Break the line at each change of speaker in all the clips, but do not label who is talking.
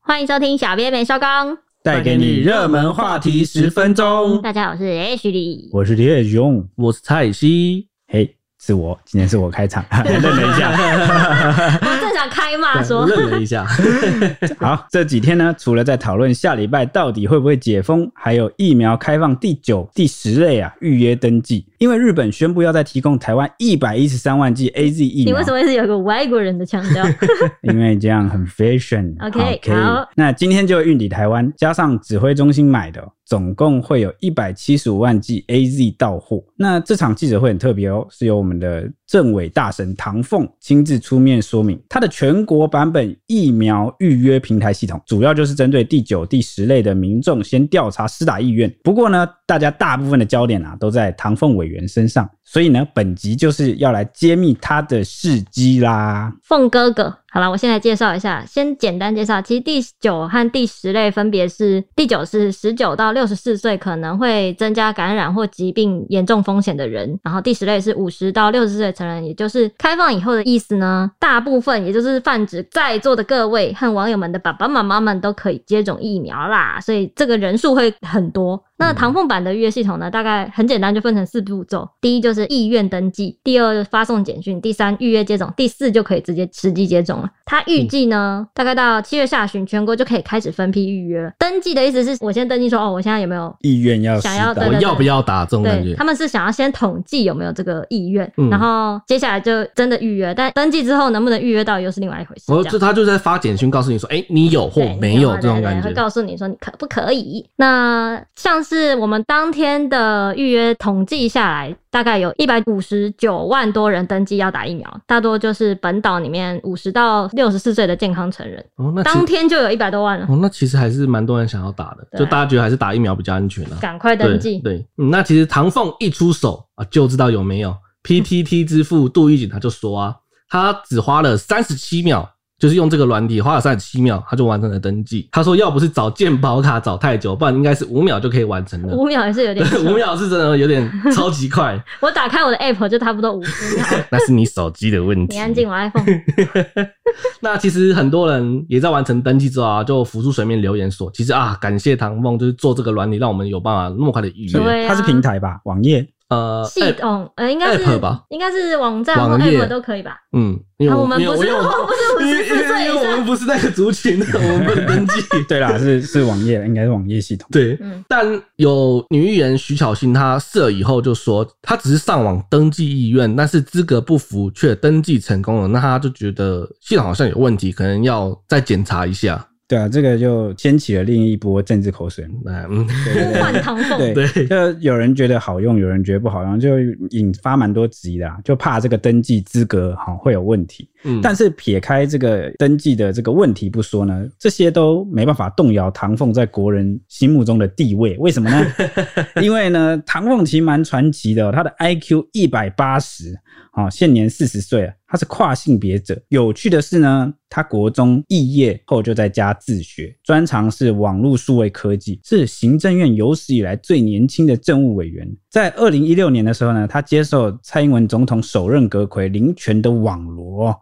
欢迎收听小编没收工。
带给你热门话题十分钟。
大家好，我是 H 李。
我是李野雄，
我是蔡 西，
嘿，是我，今天是我开 场，认了一下。
我正想开骂说，
愣了一下，
好，这几天呢，除了在讨论下礼拜到底会不会解封，还有疫苗开放第九、第十类啊预约登记，因为日本宣布要再提供台湾一百一十三万剂 A Z 疫
你
苗。
为什么是有个外国人的腔调？
因为这样很 fashion。
OK，
OK，
好
那今天就运抵台湾，加上指挥中心买的哦，总共会有一百七十五万剂 AZ 到货。那这场记者会很特别哦，是由我们的政委大神唐凤亲自出面说明，它的全国版本疫苗预约平台系统，主要就是针对第九、第十类的民众先调查施打意愿。不过呢，大家大部分的焦点啊都在唐凤委员身上，所以呢，本集就是要来揭秘他的事迹啦。
凤哥哥。好了，我现在介绍一下，先简单介绍。其实第九和第十类分别是：第九是十九到六十四岁可能会增加感染或疾病严重风险的人，然后第十类是五十到六十岁成人，也就是开放以后的意思呢。大部分也就是泛指在座的各位和网友们的爸爸妈妈们都可以接种疫苗啦，所以这个人数会很多。
嗯
那唐凤版的预约系统呢，大概很简单，就分成四步骤：第一就是意愿登记，第二发送简讯，第三预约接种，第四就可以直接实际接种了。它预计呢，大概到七月下旬，全国就可以开始分批预约了。登记的意思是我先登记说，哦，我现在有没有
意愿要
想
施
要
打
对
我
对对
要不要打这种感
对
觉
他？们是想要先统计有没有这个意愿，
嗯
然后接下来就真的预约。但登记之后能不能预约到又是另外一回事。
我
这样
就他就在发简讯告诉你说，哎，你有或
对
没有
对
这种
对
感
会
觉。
告诉你说你可不可以。那像是我们当天的预约统计下来，大概有一百五十九万多人登记要打疫苗，大多就是本岛里面五十到六十四岁的健康成人，
哦，那其
当天就有一百多万了，
哦，那其实还是蛮多人想要打的，
对
就大家觉得还是打疫苗比较安全啊。
赶快
对
登记。
对，嗯那其实唐凤一出手啊，就知道有没有 PTT 之父杜玉锦，他就说啊，他只花了三十七秒，就是用这个软体花了三十七秒，他就完成了登记。他说要不是找健保卡找太久，不然应该是五秒就可以完成了。
五秒也是有点久，
对 五秒是真的有点 超级快，
我打开我的 app 就差不多五五 秒。
那是你手机的问题。
你安 静，我 iPhone。
呃那其实很多人也在完成登记之后啊，就浮出水面留言说，其实啊，感谢唐凤就是做这个软体，让我们有办法那么快的预约。
对啊，
它是平台吧，网页。
呃，
系统，呃，应该是
app 吧
应该是网站或
网页
app 都可以吧？
嗯，因为
啊我
我
们
因为
不是
因为
我们不是
因
54
为
岁以
因为
上
我们不是那个族群， 我们不能登 记。
对啦，是是网页，应该是网页系统。
对，
嗯，
但有女艺人徐巧芯，她事了以后就说，她只是上网登记意愿，但是资格不符却登记成功了，那她就觉得系统好像有问题，可能要再检查一下。
对啊，这个就掀起了另一波政治口水。
那嗯，
呼唤唐凤。
对，
对
就有人觉得好用，有人觉得不好用，就引发蛮多质疑的、啊，就怕这个登记资格哈会有问题。
嗯
但是撇开这个登记的这个问题不说呢，这些都没办法动摇唐凤在国人心目中的地位。为什么呢？因为呢，唐凤其实蛮传奇的哦、他的 IQ 一百八十，啊，现年四十岁啊，他是跨性别者。有趣的是呢，他国中肄业后就在家自学，专长是网络数位科技，是行政院有史以来最年轻的政务委员。在二零一六年的时候呢，他接受蔡英文总统首任阁魁林权的网罗哦，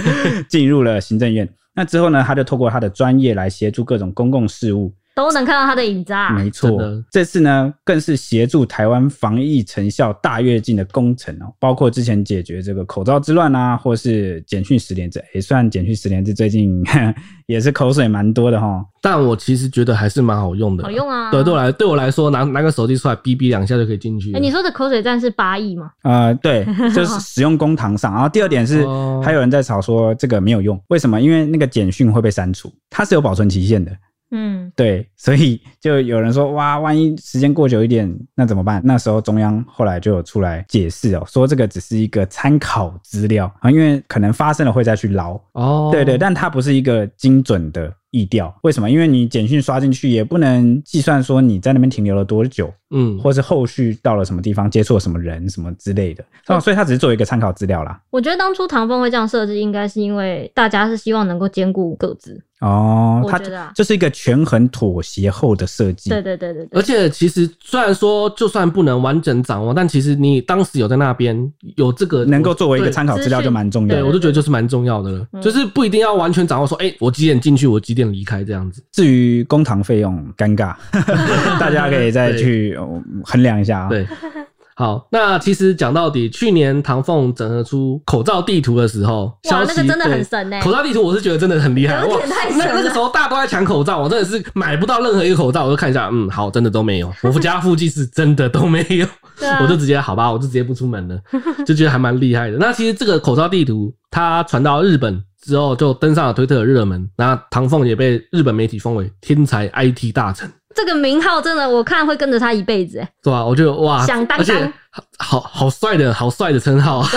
进入了行政院。那之后呢，他就透过他的专业来协助各种公共事务，
都能看到他的影子啊。
没
真
错
的，
这次呢更是协助台湾防疫成效大跃进的工程哦，包括之前解决这个口罩之乱啊，或是简讯十连制，也算简讯十连制最近 也是口水蛮多的哈。
但我其实觉得还是蛮好用的，
好用啊
对，对我来对我来说，拿拿个手机出来哔哔两下就可以进去了。
哎、你说的口水战是八亿吗？
呃，对，就是使用公堂上。然后第二点是
哦，
还有人在吵说这个没有用，为什么？因为那个简讯会被删除，它是有保存期限的。
嗯，
对，所以 就有人说，哇，万一时间过久一点，那怎么办？那时候中央后来就有出来解释哦，说这个只是一个参考资料啊，因为可能发生了会再去捞。
哦，
对对，但它不是一个精准的意调，为什么？因为你简讯刷进去也不能计算说你在那边停留了多久，
嗯，
或是后续到了什么地方接触了什么人什么之类的，哦
嗯
所所以它只是作为一个参考资料啦。
嗯
我觉得当初唐凤会这样设置，应该是因为大家是希望能够兼顾各自，
哦，
我
它
觉得啊
这是一个权衡妥协后的设计。
对对对对对
而，且其实虽然说就算不能完整掌握，但其实你当时有在那边有这个
能够作为一个
对
参考资料就蛮重要
对，
对
我
的。
就觉得就是蛮重要的了，
嗯
就是不一定要完全掌握说，哎、我几点进去，我几点离开这样子。
至于公堂费用，尴尬，大家可以再去哦衡量一下啊。
对，好，那其实讲到底，去年唐凤整合出口罩地图的时候，
哇
消息
那个真的
对
很神欸
口罩地图我是觉得真的很厉害，
有
哇
点太，神
那那个
了
时候大家都在抢口罩，我真的是买不到任何一个口罩，我就看一下，嗯，好，真的都没有，我家附近是真的都没有。
对啊
我就直接好吧，我就直接不出门了， 就觉得还蛮厉害的。那其实这个口罩地图它传到日本之后，就登上了推特的热门。那唐凤也被日本媒体封为天才 IT 大臣，
这个名号真的我看会跟着他一辈子、欸，
是吧？我觉得哇，
响当当
而且好好帅的好帅的称号啊，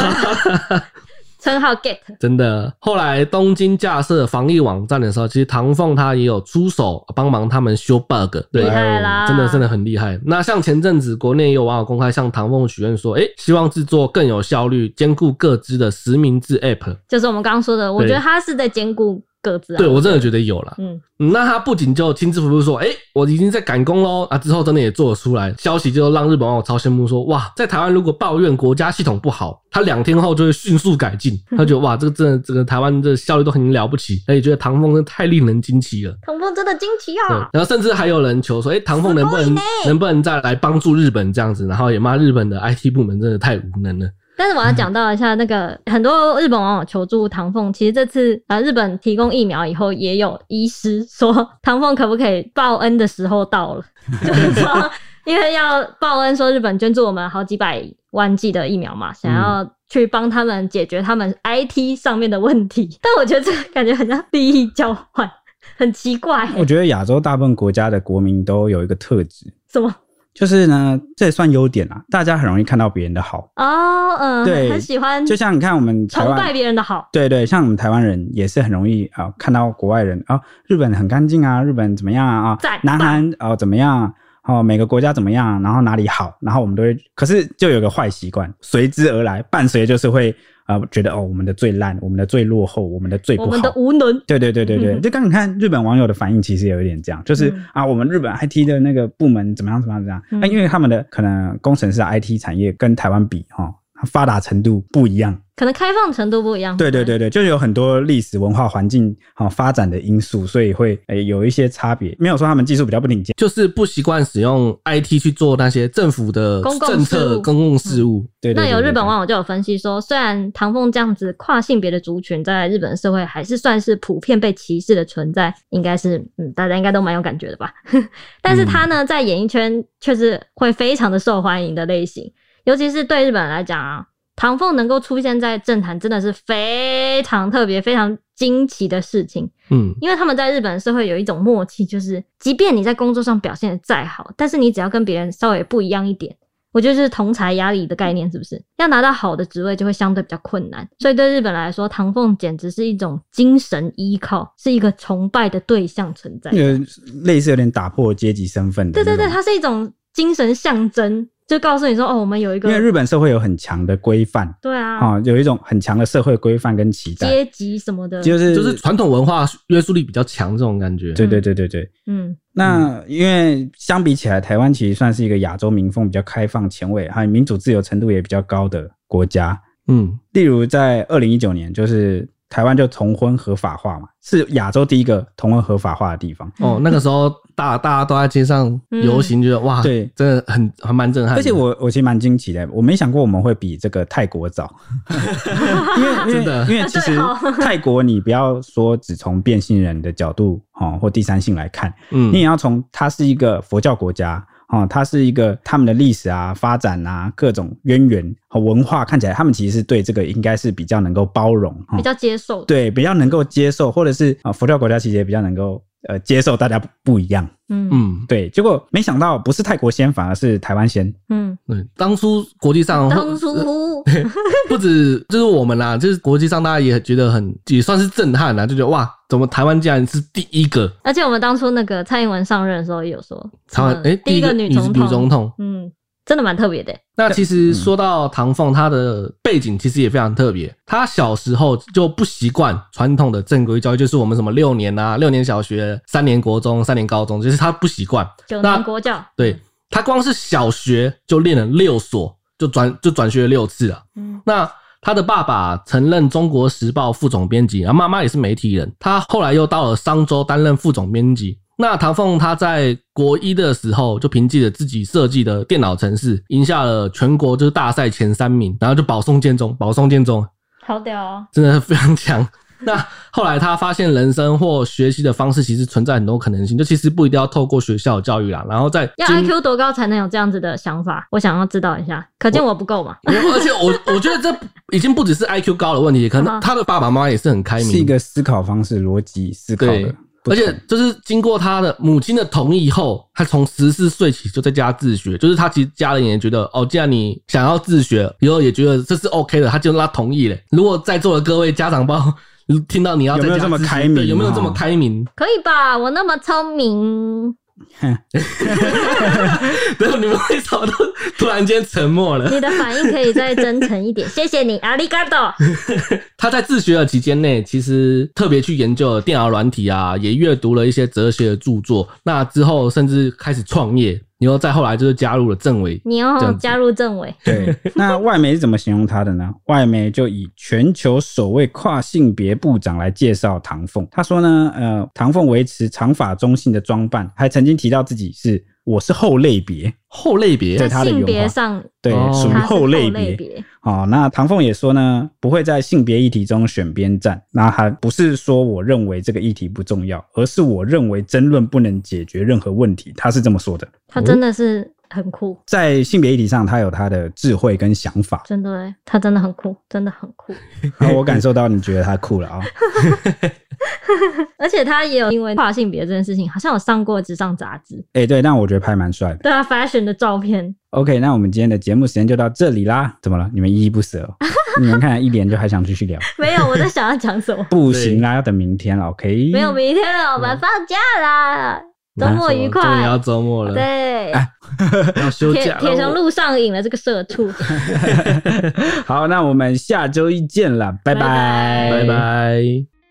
称号 get
真的。后来东京架设防疫网站的时候，其实唐凤他也有出手帮忙他们修 bug，对
厉，害啦，
真的真的很厉害。那像前阵子国内也有网友公开向唐凤许愿说，哎、希望制作更有效率，兼顾各支的实名制 App。
就是我们刚刚说的，我
对
觉得他是在兼顾各自啊，
对我真的觉得有了。
嗯，
嗯那他不仅就亲自服务说，哎、我已经在赶工喽啊，之后真的也做得出来。消息就让日本网友超羡慕说，哇，在台湾如果抱怨国家系统不好，他两天后就会迅速改
嗯
进。他觉得哇，这个真的这个台湾的效率都很了不起，他也觉得唐凤真的太令人惊奇了。
唐风真的惊奇
对
啊，，
然后甚至还有人求说，哎、唐凤能不能能不能再来帮助日本这样子？然后也骂日本的 IT 部门真的太无能了。
但是我要讲到一下，那个很多日本网友求助唐凤，其实这次呃日本提供疫苗以后，也有医师说唐凤可不可以报恩的时候到了， 就是说因为要报恩，说日本捐助我们好几百万剂的疫苗嘛，想
嗯
要去帮他们解决他们 IT 上面的问题。 但我觉得这个感觉很像利益交换，很奇怪、
我觉得亚洲大部分国家的国民都有一个特质，
什么？
就是呢，这也算优点啦，大家很容易看到别人的好。
哦，嗯、
对
很喜欢
就像你看我们台
崇拜
湾，
别人的好，
对对，像我们台湾人也是很容易啊、看到国外人啊、日本很干净啊，日本怎么样啊，
赞
南韩啊、怎么样啊。哦，每个国家怎么样？然后哪里好？然后我们都会，可是就有个坏习惯随之而来，伴随就是会啊、呃觉得哦，我们的最烂，我们的最落后，我们的最不
我
好，
们的无能。
对对对对对，
嗯
就刚你看日本网友的反应，其实有一点这样，就是、
嗯
啊，我们日本 IT 的那个部门怎么样怎么样怎么样，啊
嗯
那、因为他们的可能工程师的 IT 产业跟台湾比哈。哦它发达程度不一样，
可能开放程度不一样，
对对对对，就是有很多历史文化环境好、哦发展的因素，所以会诶、有一些差别。没有说他们技术比较不顶尖，
就是不习惯使用 IT 去做那些政府的
公共
政
事
策、
务
公共事务。
对对
那有日本
网
网友就有分析说，虽然唐凤这样子跨性别的族群在日本社会还是算是普遍被歧视的存在，应该是嗯，大家应该都蛮有感觉的吧。 但
嗯
是他呢，在演艺圈却是会非常的受欢迎的类型，尤其是对日本人来讲啊，唐凤能够出现在政坛真的是非常特别、非常惊奇的事情。
嗯，
因为他们在日本社会有一种默契，就是即便你在工作上表现的再好，但是你只要跟别人稍微不一样一点，我觉得就是同才压力的概念，是不是？要拿到好的职位就会相对比较困难，所以对日本来说，唐凤简直是一种精神依靠，是一个崇拜的对象存在。
有类似有点打破阶级身份的
对
那种，
对对，它是一种精神象征，就告诉你说，哦，我们有一个
因为日本社会有很强的规范
对啊
啊、有一种很强的社会规范跟期待，
阶级什么的，
就是
就是传统文化约束力比较强这种感觉。
对对对对对，
嗯，
那因为相比起来，台湾其实算是一个亚洲民风比较开放、前卫，还有民主自由程度也比较高的国家。
嗯，
例如，在二零一九年，就是台湾就同婚合法化嘛，是亚洲第一个同婚合法化的地方。
哦，
嗯
那个时候大大家都在街上游行，觉得哇，
对
真的很还蛮震撼的。
而且我我其实蛮惊奇的，我没想过我们会比这个泰国 早，因为
真
因
的
为因为其实
对哦
泰国你不要说只从变性人的角度哦或第三性来看，
嗯
你也要从它是一个佛教国家哦，它是一个他们的历史啊、发展啊、各种渊源和文化，看起来他们其实是对这个应该是比较能够包容，哦
比较接受的，
对比较能够接受，或者是啊、佛教国家其实也比较能够呃接受大家不不一样。
嗯
嗯，
对，结果没想到不是泰国先，反而是台湾先。
嗯，
对，当初国际上
当
呃
初
不止就是我们啦，就是国际上大家也觉得很也算是震撼啦，就觉得哇，怎么台湾竟然是第一个
而且我们当初那个蔡英文上任的时候也有说，
台湾
什么
哎、
嗯第
第
一
一
个
个
女
女
总
女总统，
嗯，真的蛮特别的。
那其实说到唐凤，她的背景其实也非常特别。她小时候就不习惯传统的正规教育，就是我们什么六年啊，六年小学、三年国中、三年高中，就是她不习惯。
九
那
年国教，
对她光是小学就练了六所，就转就转学了六次啊。
嗯，
那她的爸爸曾任《中国时报》副总编辑，然后妈妈也是媒体人。她后来又到了商周担任副总编辑。那唐凤她在国一的时候，就凭借着自己设计的电脑程式，赢下了全国就是大赛前三名，然后就保送建中，保送建中
好屌哦，
真的是非常强。 那后来她发现人生或学习的方式其实存在很多可能性，就其实不一定要透过学校的教育啦，然后在
要
经
IQ 多高才能有这样子的想法？我想要知道一下，可见我不够嘛。
没有而且我我觉得这已经不只是 IQ 高的问题，可能他的爸爸妈妈也是很开明，
是一个思考方式、逻辑思考
对
的。
而且就是经过他的母亲的同意后，他从十四岁起就在家自学。就是他其实家人也觉得，哦，既然你想要自学，以后也觉得这是 OK 的，他就让他同意了。如果在座的各位家长包听到你要在家
有没有这么
自学
开明
对有没有
哦
这么开明？
可以吧？我那么聪明，
然后你们为什么都突然间沉默了？
你的反应可以再真诚一 点，谢谢你，阿里嘎多。
他在自学的期间内，其实特别去研究了电脑软体啊，也阅读了一些哲学的著作。那之后甚至开始创业，然后再后来就是加入了政委。
你
这
要
样子
加入政委，
对，那外媒是怎么形容她的呢？外媒就以全球首位跨性别部长来介绍唐凤。他说呢，呃，唐凤维持长发中性的装扮，还曾经提到自己是我是后类别，
后类别
对她的
性
原
别
话
上
对，
哦
属于
他是
后类别
类。别，
哦，那唐凤也说呢，不会在性别议题中选边站。那还不是说我认为这个议题不重要，而是我认为争论不能解决任何问题。他是这么说的。
他真的是很酷，。
在性别议题上，他有他的智慧跟想法
真的欸，他真的很酷，真的很酷。
然后我感受到你觉得他酷了啊、
而且他也有因为跨性别这件事情，好像有上过时尚杂志，
哎、对，但我觉得拍蛮帅的。
对啊，fashion 的照片，
OK，那我们今天的节目时间就到这里啦。怎么了？你们依依不舍、哦？你们看一脸就还想继续聊？。
没有，我在想要讲什 么
不行啦，要等明天了。OK，
没有， 明天了，我
嗯
们放假啦，周末愉快。
终于要周末了，
对，
要休
铁
假
铁熊
了。
路上瘾了这个社畜。
好，那我们下周一见了，拜
拜拜
拜拜。